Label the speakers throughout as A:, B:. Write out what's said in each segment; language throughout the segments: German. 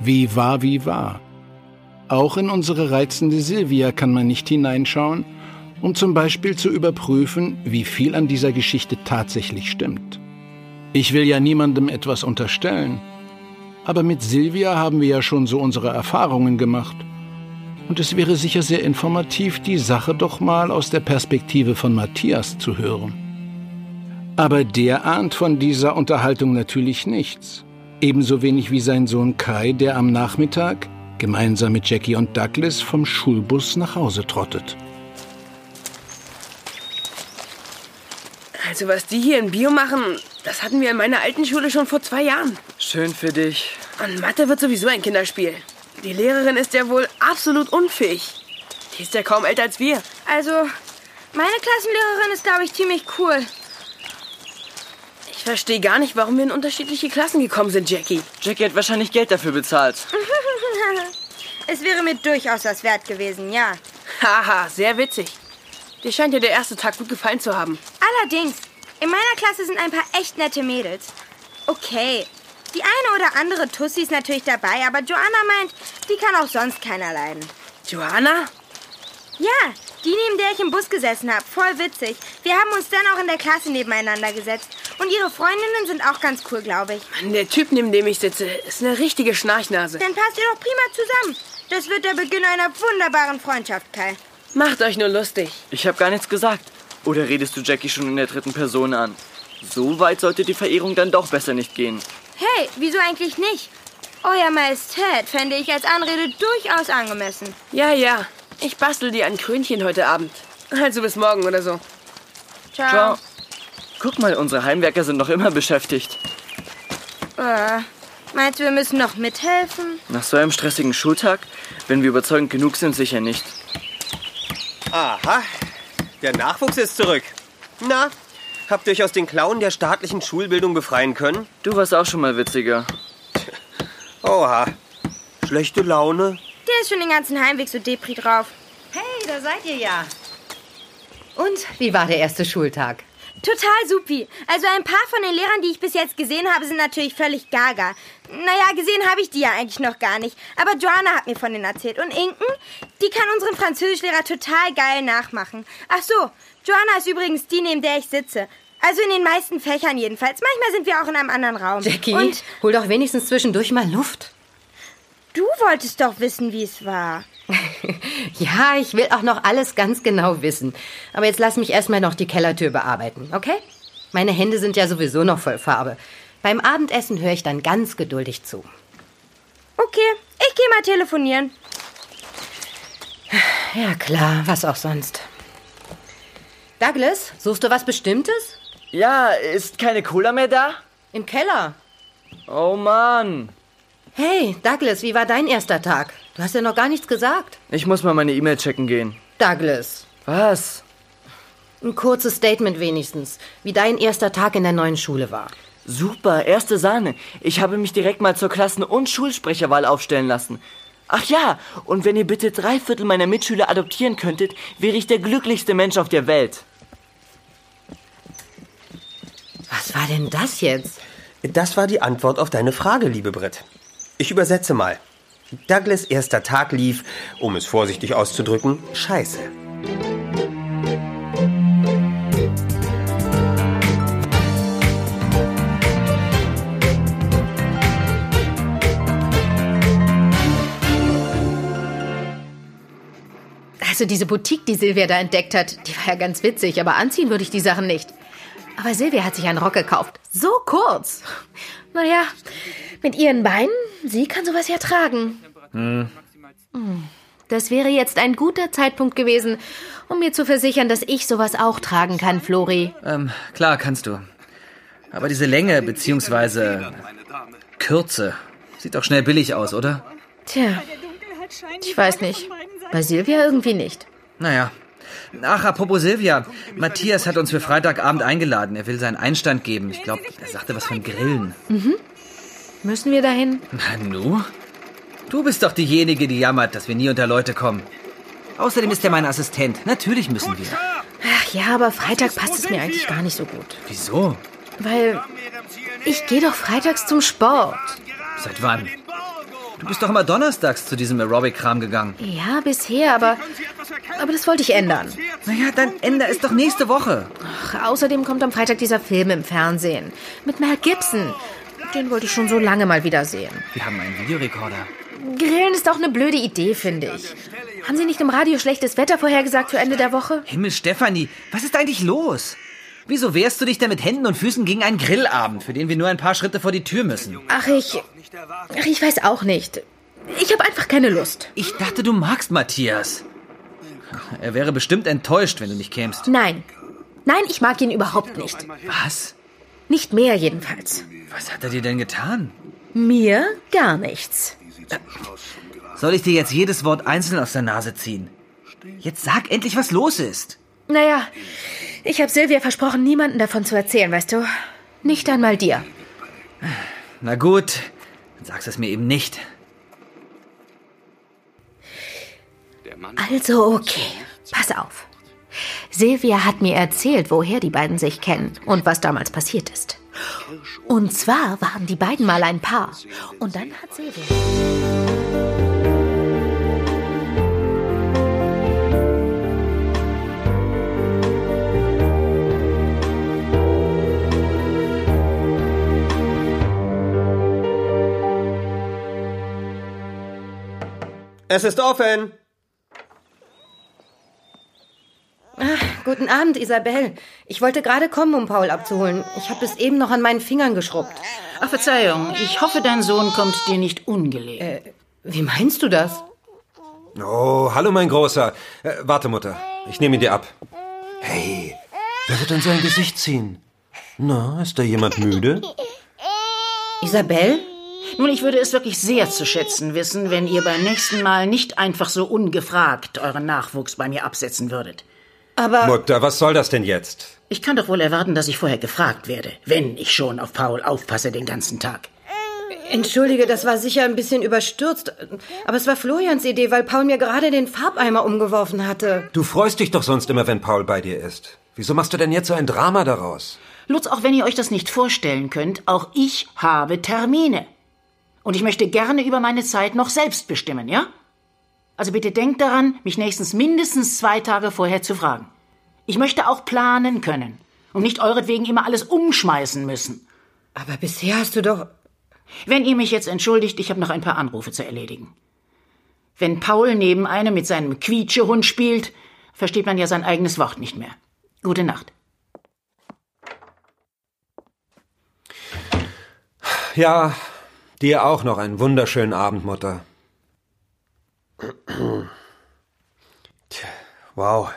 A: Wie war, wie war. Auch in unsere reizende Silvia kann man nicht hineinschauen, um zum Beispiel zu überprüfen, wie viel an dieser Geschichte tatsächlich stimmt. Ich will ja niemandem etwas unterstellen, aber mit Silvia haben wir ja schon so unsere Erfahrungen gemacht. Und es wäre sicher sehr informativ, die Sache doch mal aus der Perspektive von Matthias zu hören. Aber der ahnt von dieser Unterhaltung natürlich nichts. Ebenso wenig wie sein Sohn Kai, der am Nachmittag gemeinsam mit Jackie und Douglas vom Schulbus nach Hause trottet.
B: Also was die hier in Bio machen, das hatten wir in meiner alten Schule schon vor zwei Jahren.
C: Schön für dich.
B: Und Mathe wird sowieso ein Kinderspiel. Die Lehrerin ist ja wohl absolut unfähig. Die ist ja kaum älter als wir.
D: Also, meine Klassenlehrerin ist, glaube ich, ziemlich cool.
B: Ich verstehe gar nicht, warum wir in unterschiedliche Klassen gekommen sind, Jackie.
C: Jackie hat wahrscheinlich Geld dafür bezahlt.
D: es wäre mir durchaus was wert gewesen, ja.
B: Haha, sehr witzig. Dir scheint ja der erste Tag gut gefallen zu haben.
D: Allerdings, in meiner Klasse sind ein paar echt nette Mädels. Okay, die eine oder andere Tussi ist natürlich dabei, aber Joanna meint, die kann auch sonst keiner leiden.
B: Joanna?
D: Ja, die neben der ich im Bus gesessen habe, voll witzig. Wir haben uns dann auch in der Klasse nebeneinander gesetzt. Und ihre Freundinnen sind auch ganz cool, glaube ich.
B: Mann, der Typ, neben dem ich sitze, ist eine richtige Schnarchnase.
D: Dann passt ihr doch prima zusammen. Das wird der Beginn einer wunderbaren Freundschaft, Kai.
B: Macht euch nur lustig.
C: Ich habe gar nichts gesagt. Oder redest du Jackie schon in der dritten Person an? So weit sollte die Verehrung dann doch besser nicht gehen.
D: Hey, wieso eigentlich nicht? Euer Majestät fände ich als Anrede durchaus angemessen.
B: Ja, ja. Ich bastel dir ein Krönchen heute Abend. Also bis morgen oder so.
C: Ciao. Guck mal, unsere Heimwerker sind noch immer beschäftigt.
D: Äh, meinst du, wir müssen noch mithelfen?
C: Nach so einem stressigen Schultag, wenn wir überzeugend genug sind, sicher nicht.
E: Aha, der Nachwuchs ist zurück. Na, habt ihr euch aus den Klauen der staatlichen Schulbildung befreien können?
C: Du warst auch schon mal witziger.
E: Oha, schlechte Laune.
D: Der ist schon den ganzen Heimweg so depri drauf.
F: Hey, da seid ihr ja. Und wie war der erste Schultag?
D: Total supi. Also ein paar von den Lehrern, die ich bis jetzt gesehen habe, sind natürlich völlig gaga. Naja, gesehen habe ich die ja eigentlich noch gar nicht. Aber Joanna hat mir von denen erzählt. Und Inken, die kann unseren Französischlehrer total geil nachmachen. Ach so, Joanna ist übrigens die, neben der ich sitze. Also in den meisten Fächern jedenfalls. Manchmal sind wir auch in einem anderen Raum.
F: Jackie,
D: Und
F: hol doch wenigstens zwischendurch mal Luft.
D: du wolltest doch wissen, wie es war.
F: Ja, ich will auch noch alles ganz genau wissen. Aber jetzt lass mich erstmal noch die Kellertür bearbeiten, okay? Meine Hände sind ja sowieso noch voll Farbe. Beim Abendessen höre ich dann ganz geduldig zu.
D: Okay, ich gehe mal telefonieren.
F: Ja, klar, was auch sonst. Douglas, suchst du was Bestimmtes?
C: Ja, ist keine Cola mehr da?
F: Im Keller.
C: Oh Mann.
F: Hey, Douglas, wie war dein erster Tag? Du hast ja noch gar nichts gesagt.
C: Ich muss mal meine E-Mail checken gehen.
F: Douglas,
C: Was?
F: ein kurzes Statement wenigstens, wie dein erster Tag in der neuen Schule war.
C: Super, erste Sahne. Ich habe mich direkt mal zur Klassen- und Schulsprecherwahl aufstellen lassen. Ach ja, und wenn ihr bitte drei Viertel meiner Mitschüler adoptieren könntet, wäre ich der glücklichste Mensch auf der Welt.
F: Was war denn das jetzt?
E: Das war die Antwort auf deine Frage, liebe Britt. Ich übersetze mal. Douglas erster Tag lief, um es vorsichtig auszudrücken, scheiße.
G: Also diese Boutique, die Silvia da entdeckt hat, die war ja ganz witzig, aber anziehen würde ich die Sachen nicht. Aber Silvia hat sich einen Rock gekauft. So kurz. Naja, mit ihren Beinen, sie kann sowas ja tragen. Hm. Das wäre jetzt ein guter Zeitpunkt gewesen, um mir zu versichern, dass ich sowas auch tragen kann, Flori.
H: Ähm, klar, kannst du. Aber diese Länge beziehungsweise Kürze Sieht doch schnell billig aus, oder?
G: Tja, ich weiß nicht. Bei Silvia irgendwie nicht.
H: Naja. Ach, apropos Silvia. Matthias hat uns für Freitagabend eingeladen. Er will seinen Einstand geben. Ich glaube, er sagte was von Grillen.
G: Mhm. Müssen wir dahin?
H: Na nu? Du bist doch diejenige, die jammert, dass wir nie unter Leute kommen. Außerdem ist er mein Assistent. Natürlich müssen wir.
G: Ach ja, aber Freitag passt es mir eigentlich gar nicht so gut.
H: Wieso?
G: Weil ich gehe doch freitags zum Sport.
H: Seit wann? Du bist doch immer donnerstags zu diesem Aerobic-Kram gegangen.
G: Ja, bisher, aber, aber das wollte ich ändern.
H: Naja, dann änder es doch nächste Woche.
G: Ach, außerdem kommt am Freitag dieser Film im Fernsehen mit Mel Gibson. Den wollte ich schon so lange mal wieder sehen.
H: Wir haben einen Videorekorder.
G: Grillen ist auch eine blöde Idee, finde ich. Haben Sie nicht im Radio schlechtes Wetter vorhergesagt für Ende der Woche?
H: Himmel, Stefanie, was ist eigentlich los? Wieso wehrst du dich denn mit Händen und Füßen gegen einen Grillabend, für den wir nur ein paar Schritte vor die Tür müssen?
G: Ach, ich. Ach, ich weiß auch nicht. Ich habe einfach keine Lust.
H: Ich dachte, du magst Matthias. Er wäre bestimmt enttäuscht, wenn du nicht kämst.
G: Nein. Nein, ich mag ihn überhaupt nicht.
H: Was?
G: Nicht mehr jedenfalls.
H: Was hat er dir denn getan?
G: Mir gar nichts.
H: Soll ich dir jetzt jedes Wort einzeln aus der Nase ziehen? Jetzt sag endlich, was los ist.
G: Naja, ich habe Silvia versprochen, niemandem davon zu erzählen, weißt du? Nicht einmal dir.
H: Na gut, dann sagst du es mir eben nicht.
G: Also okay, pass auf.
I: Silvia hat mir erzählt, woher die beiden sich kennen und was damals passiert ist. Und zwar waren die beiden mal ein Paar. Und dann hat Silvia.
E: Es ist offen.
F: Ah, Guten Abend, Isabel. Ich wollte gerade kommen, um Paul abzuholen. Ich habe bis eben noch an meinen Fingern geschrubbt.
J: Ach, Verzeihung, ich hoffe, dein Sohn kommt dir nicht ungelegen.
F: Äh, Wie meinst du das?
K: Oh, hallo mein Großer. Äh, warte, Mutter. Ich nehme ihn dir ab.
E: Hey,
K: Wer wird denn sein Gesicht ziehen? Na, ist da jemand müde?
F: Isabel?
J: Nun, ich würde es wirklich sehr zu schätzen wissen, wenn ihr beim nächsten Mal nicht einfach so ungefragt euren Nachwuchs bei mir absetzen würdet.
F: Aber
K: Mutter, was soll das denn jetzt?
J: Ich kann doch wohl erwarten, dass ich vorher gefragt werde, wenn ich schon auf Paul aufpasse den ganzen Tag.
F: entschuldige, das war sicher ein bisschen überstürzt. Aber es war Florians Idee, weil Paul mir gerade den Farbeimer umgeworfen hatte.
K: Du freust dich doch sonst immer, wenn Paul bei dir ist. Wieso machst du denn jetzt so ein Drama daraus?
J: Lutz, auch wenn ihr euch das nicht vorstellen könnt, auch ich habe Termine. Und ich möchte gerne über meine Zeit noch selbst bestimmen, ja? Also bitte denkt daran, mich nächstens mindestens zwei Tage vorher zu fragen. Ich möchte auch planen können und nicht euretwegen immer alles umschmeißen müssen.
F: Aber bisher hast du doch...
J: Wenn ihr mich jetzt entschuldigt, ich habe noch ein paar Anrufe zu erledigen. Wenn Paul neben einem mit seinem Quietschehund spielt, versteht man ja sein eigenes Wort nicht mehr. Gute Nacht.
K: Ja, dir auch noch einen wunderschönen Abend, Mutter.
E: Wow.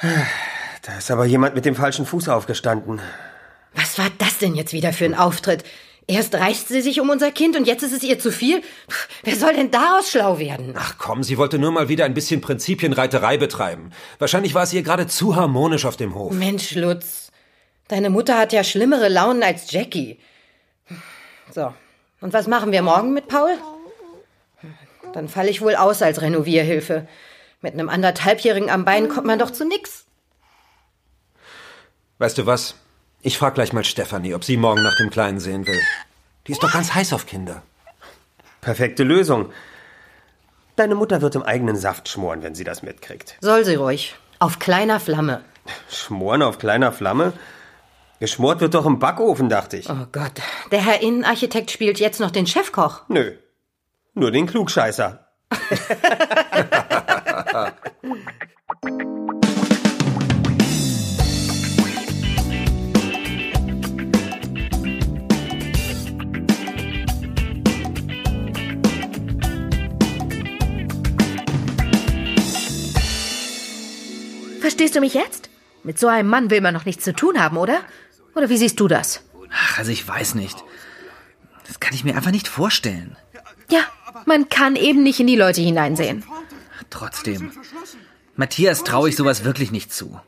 E: Da ist aber jemand mit dem falschen Fuß aufgestanden.
F: Was war das denn jetzt wieder für ein Auftritt? Erst reißt sie sich um unser Kind und jetzt ist es ihr zu viel? Pff, Wer soll denn daraus schlau werden?
K: Ach komm, sie wollte nur mal wieder ein bisschen Prinzipienreiterei betreiben. Wahrscheinlich war es ihr gerade zu harmonisch auf dem Hof.
F: Mensch, Lutz, deine Mutter hat ja schlimmere Launen als Jackie. So, und was machen wir morgen mit Paul? Dann falle ich wohl aus als Renovierhilfe. Mit einem anderthalbjährigen am Bein kommt man doch zu nix.
K: Weißt du was? Ich frag gleich mal Stefanie, ob sie morgen nach dem Kleinen sehen will. Die ist doch ganz heiß auf Kinder.
E: Perfekte Lösung. Deine Mutter wird im eigenen Saft schmoren, wenn sie das mitkriegt.
F: Soll sie ruhig. Auf kleiner Flamme.
E: Schmoren auf kleiner Flamme? Geschmort wird doch im Backofen, dachte ich.
F: Oh Gott, der Herr Innenarchitekt spielt jetzt noch den Chefkoch.
E: Nö. Nur den Klugscheißer.
G: Verstehst du mich jetzt? Mit so einem Mann will man noch nichts zu tun haben, oder? Oder wie siehst du das?
H: Ach, also ich weiß nicht. Das kann ich mir einfach nicht vorstellen.
G: Ja, man kann eben nicht in die Leute hineinsehen.
H: Trotzdem. Matthias traue ich sowas wirklich nicht zu.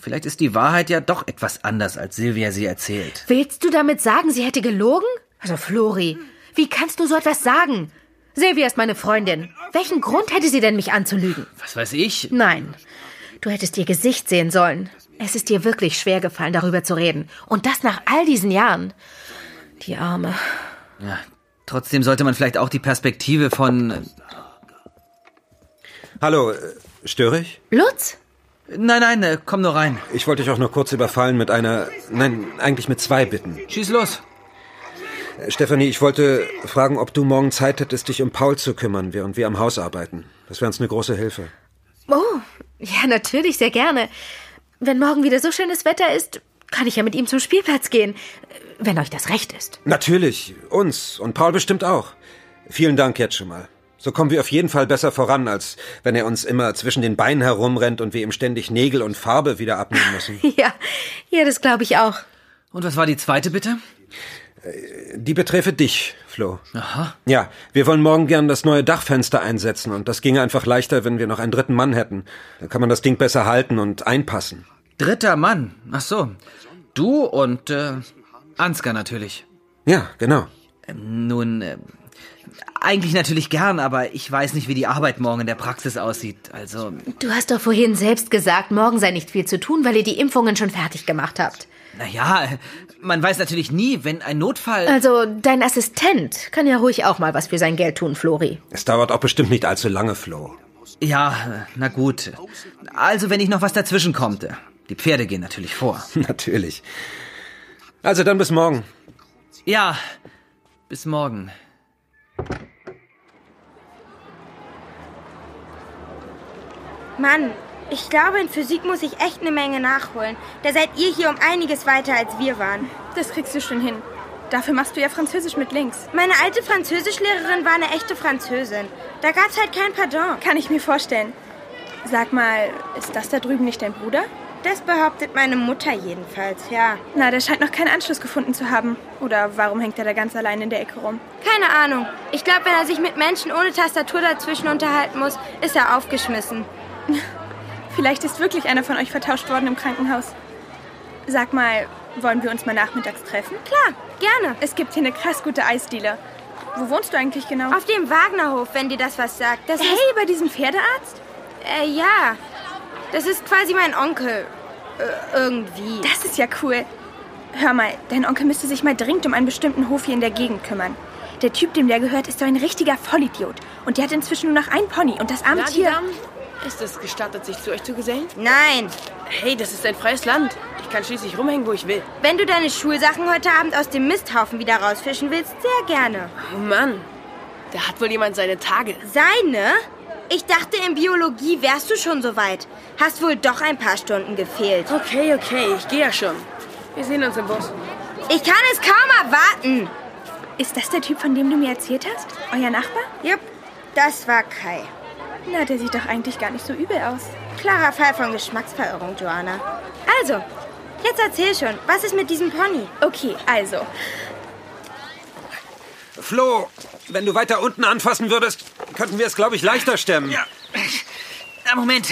H: Vielleicht ist die Wahrheit ja doch etwas anders, als Silvia sie erzählt.
G: Willst du damit sagen, sie hätte gelogen? Also Flori, wie kannst du so etwas sagen? Silvia ist meine Freundin. Welchen Grund hätte sie denn, mich anzulügen?
H: Was weiß ich?
G: Nein. Du hättest ihr Gesicht sehen sollen. Es ist dir wirklich schwer gefallen, darüber zu reden. Und das nach all diesen Jahren. Die Arme.
H: Ja, trotzdem sollte man vielleicht auch die Perspektive von.
K: Hallo, äh, störe ich?
G: Lutz?
H: Nein, nein, äh, komm nur rein.
K: Ich wollte dich auch nur kurz überfallen mit einer. Nein, eigentlich mit zwei Bitten.
H: Schieß los.
K: Äh, Stefanie, ich wollte fragen, ob du morgen Zeit hättest, dich um Paul zu kümmern, während wir am Haus arbeiten. Das wäre uns eine große Hilfe.
G: Oh, ja, natürlich, sehr gerne. Wenn morgen wieder so schönes Wetter ist, kann ich ja mit ihm zum Spielplatz gehen. Wenn euch das recht ist.
K: Natürlich, uns und Paul bestimmt auch. Vielen Dank jetzt schon mal. So kommen wir auf jeden Fall besser voran, als wenn er uns immer zwischen den Beinen herumrennt und wir ihm ständig Nägel und Farbe wieder abnehmen müssen.
G: Ja, ja, das glaube ich auch.
H: Und was war die zweite bitte?
K: Äh, Die betreffe dich, Flo.
H: Aha.
K: Ja, wir wollen morgen gern das neue Dachfenster einsetzen und das ginge einfach leichter, wenn wir noch einen dritten Mann hätten. Dann kann man das Ding besser halten und einpassen.
H: Dritter Mann. Ach so. Du und äh, Ansgar natürlich.
K: Ja, genau.
H: Ähm, nun, äh, eigentlich natürlich gern, aber ich weiß nicht, wie die Arbeit morgen in der Praxis aussieht. Also,
G: Du hast doch vorhin selbst gesagt, morgen sei nicht viel zu tun, weil ihr die Impfungen schon fertig gemacht habt.
H: naja, äh, man weiß natürlich nie, wenn ein Notfall.
G: Also, dein Assistent kann ja ruhig auch mal was für sein Geld tun, Flori.
K: Es dauert auch bestimmt nicht allzu lange, Flo.
H: Ja, äh, na gut. Also, wenn nicht noch was dazwischen kommt. äh, Die Pferde gehen natürlich vor.
K: Natürlich. Also dann bis morgen.
H: Ja, bis morgen.
D: Mann, ich glaube, in Physik muss ich echt eine Menge nachholen. Da seid ihr hier um einiges weiter, als wir waren. Das kriegst du schon hin. Dafür machst du ja Französisch mit links. Meine alte Französischlehrerin war eine echte Französin. Da gab's halt kein Pardon. Kann ich mir vorstellen. Sag mal, ist das da drüben nicht dein Bruder? Das behauptet meine Mutter jedenfalls, ja.
L: Na, der scheint noch keinen Anschluss gefunden zu haben. Oder warum hängt er da ganz allein in der Ecke rum?
D: Keine Ahnung. Ich glaube, wenn er sich mit Menschen ohne Tastatur dazwischen unterhalten muss, ist er aufgeschmissen.
L: Vielleicht ist wirklich einer von euch vertauscht worden im Krankenhaus. Sag mal, wollen wir uns mal nachmittags treffen?
D: Klar, gerne.
L: Es gibt hier eine krass gute Eisdiele. Wo wohnst du eigentlich genau?
D: Auf dem Wagnerhof, wenn dir das was sagt. Das
L: Hey,
D: ist bei diesem Pferdearzt? Äh, ja. Das ist quasi mein Onkel. Äh, irgendwie.
L: Das ist ja cool. Hör mal, dein Onkel müsste sich mal dringend um einen bestimmten Hof hier in der Gegend kümmern. Der Typ, dem der gehört, ist so ein richtiger Vollidiot. Und der hat inzwischen nur noch einen Pony und das arme Tier...
B: Ist es gestattet, sich zu euch zu gesellen?
D: Nein.
B: Hey, das ist ein freies Land. Ich kann schließlich rumhängen, wo ich will.
D: Wenn du deine Schulsachen heute Abend aus dem Misthaufen wieder rausfischen willst, sehr gerne.
B: Oh Mann, da hat wohl jemand seine Tage.
D: Seine? Ich dachte, in Biologie wärst du schon so weit. Hast wohl doch ein paar Stunden gefehlt.
B: Okay, okay, ich gehe ja schon. Wir sehen uns im Bus.
D: Ich kann es kaum erwarten.
L: Ist das der Typ, von dem du mir erzählt hast? Euer Nachbar?
D: Jupp, das war Kai.
L: Na, der sieht doch eigentlich gar nicht so übel aus.
D: Klarer Fall von Geschmacksverirrung, Joanna. Also, jetzt erzähl schon, was ist mit diesem Pony?
L: Okay, also.
K: Flo, wenn du weiter unten anfassen würdest, könnten wir es, glaube ich, leichter stemmen. Ja.
H: Na, Moment.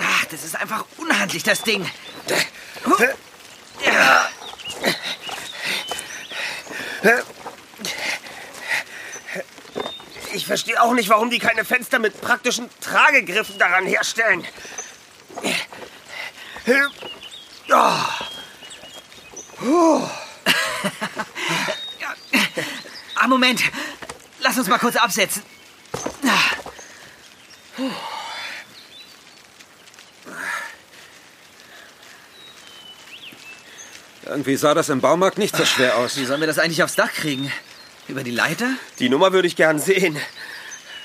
H: Ach, das ist einfach unhandlich, das Ding.
E: Ich verstehe auch nicht, warum die keine Fenster mit praktischen Tragegriffen daran herstellen.
H: Ah, Moment. Lass uns mal kurz absetzen. Ah.
K: Irgendwie sah das im Baumarkt nicht so schwer aus.
H: Wie sollen wir das eigentlich aufs Dach kriegen? Über die Leiter?
E: Die Nummer würde ich gern sehen.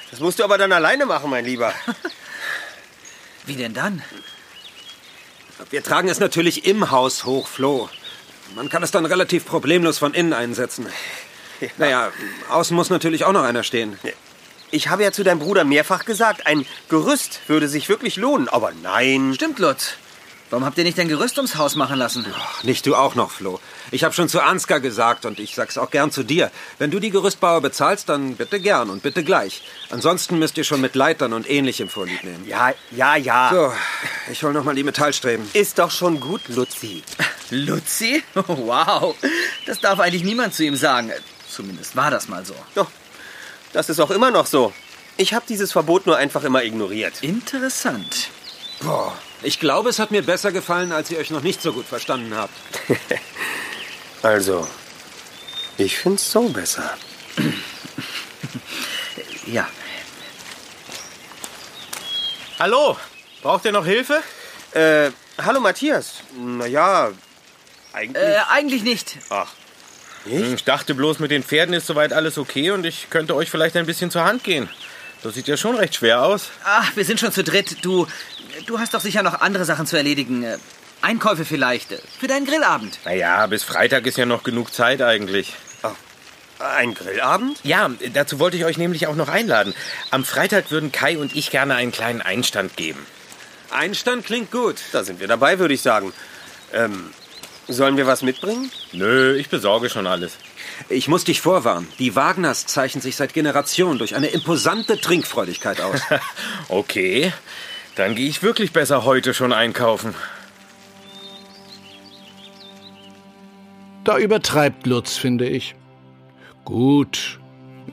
E: Das musst du aber dann alleine machen, mein Lieber.
H: Wie denn dann?
K: Wir tragen es natürlich im Haus hoch, Flo. Man kann es dann relativ problemlos von innen einsetzen. Naja, außen muss natürlich auch noch einer stehen.
E: Ich habe ja zu deinem Bruder mehrfach gesagt, ein Gerüst würde sich wirklich lohnen. Aber nein.
H: Stimmt, Lutz. Warum habt ihr nicht ein Gerüst ums Haus machen lassen?
K: Nicht du auch noch, Flo. Ich habe schon zu Ansgar gesagt und ich sag's auch gern zu dir. Wenn du die Gerüstbauer bezahlst, dann bitte gern und bitte gleich. Ansonsten müsst ihr schon mit Leitern und ähnlichem vorlieb nehmen.
E: Ja, ja, ja.
K: So, ich hol noch mal die Metallstreben.
E: Ist doch schon gut, Luzi.
H: Luzi? Wow. Das darf eigentlich niemand zu ihm sagen. Zumindest war das mal so.
E: Doch, das ist auch immer noch so. Ich habe dieses Verbot nur einfach immer ignoriert.
H: Interessant.
K: Boah, ich glaube, es hat mir besser gefallen, als ihr euch noch nicht so gut verstanden habt.
E: Also, ich find's so besser.
H: Ja.
M: Hallo, braucht ihr noch Hilfe?
E: Äh, hallo Matthias. Naja, eigentlich.
H: Äh, eigentlich nicht.
M: Ach. Hm, Ich dachte bloß, mit den Pferden ist soweit alles okay und ich könnte euch vielleicht ein bisschen zur Hand gehen. Das sieht ja schon recht schwer aus.
H: Ach, Ah, wir sind schon zu dritt. Du, du hast doch sicher noch andere Sachen zu erledigen. Äh, Einkäufe vielleicht. äh, Für deinen Grillabend.
M: Naja, bis Freitag ist ja noch genug Zeit eigentlich.
E: Ah, Ein Grillabend?
M: Ja, dazu wollte ich euch nämlich auch noch einladen. Am Freitag würden Kai und ich gerne einen kleinen Einstand geben.
K: Einstand klingt gut.
E: Da sind wir dabei, würde ich sagen. Ähm, sollen wir was mitbringen?
M: Nö, ich besorge schon alles.
K: Ich muss dich vorwarnen. Die Wagners zeichnen sich seit Generationen durch eine imposante Trinkfreudigkeit aus.
M: Okay, dann gehe ich wirklich besser heute schon einkaufen.
A: Da übertreibt Lutz, finde ich. Gut,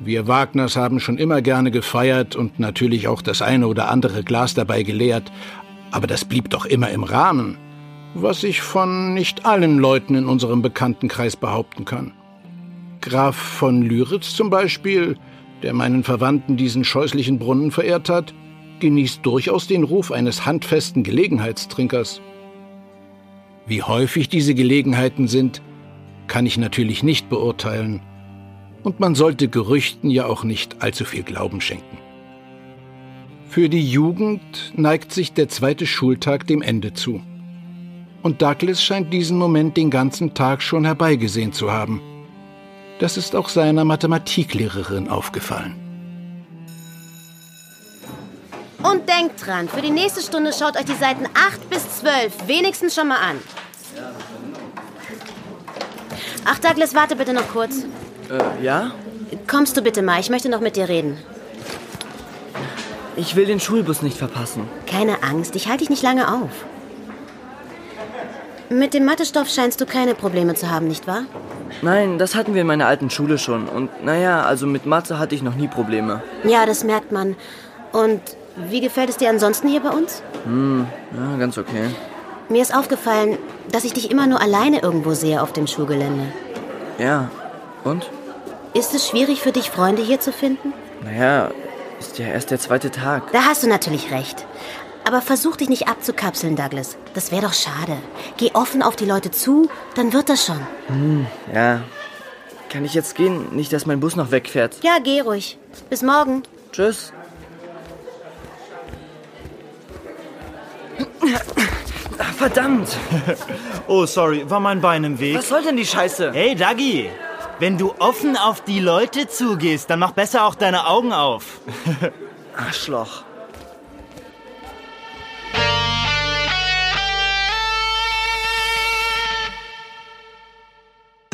A: wir Wagners haben schon immer gerne gefeiert und natürlich auch das eine oder andere Glas dabei geleert, aber das blieb doch immer im Rahmen, was ich von nicht allen Leuten in unserem Bekanntenkreis behaupten kann. Graf von Lyritz zum Beispiel, der meinen Verwandten diesen scheußlichen Brunnen verehrt hat, genießt durchaus den Ruf eines handfesten Gelegenheitstrinkers. Wie häufig diese Gelegenheiten sind, kann ich natürlich nicht beurteilen. Und man sollte Gerüchten ja auch nicht allzu viel Glauben schenken. Für die Jugend neigt sich der zweite Schultag dem Ende zu. Und Douglas scheint diesen Moment den ganzen Tag schon herbeigesehen zu haben. Das ist auch seiner Mathematiklehrerin aufgefallen.
N: Und denkt dran, für die nächste Stunde schaut euch die Seiten 8 bis 12 wenigstens schon mal an. Ach, Douglas, warte bitte noch kurz.
C: Äh, ja?
N: Kommst du bitte mal, ich möchte noch mit dir reden.
C: Ich will den Schulbus nicht verpassen.
N: Keine Angst, ich halte dich nicht lange auf. Mit dem Mathestoff scheinst du keine Probleme zu haben, nicht wahr?
C: Nein, das hatten wir in meiner alten Schule schon. Und naja, also mit Mathe hatte ich noch nie Probleme.
N: Ja, das merkt man. Und wie gefällt es dir ansonsten hier bei uns?
C: Hm, ja, ganz okay.
N: Mir ist aufgefallen, dass ich dich immer nur alleine irgendwo sehe auf dem Schulgelände.
C: Ja. Und?
N: Ist es schwierig für dich, Freunde hier zu finden?
C: Naja, ist ja erst der zweite Tag.
N: Da hast du natürlich recht. Aber versuch dich nicht abzukapseln, Douglas. Das wäre doch schade. Geh offen auf die Leute zu, dann wird das schon.
C: Hm, ja. Kann ich jetzt gehen? Nicht, dass mein Bus noch wegfährt.
N: Ja, geh ruhig. Bis morgen.
C: Tschüss. Verdammt!
O: oh, sorry, war mein Bein im Weg.
C: Was soll denn die Scheiße?
O: Hey, Dagi! Wenn du offen auf die Leute zugehst, dann mach besser auch deine Augen auf.
C: Arschloch.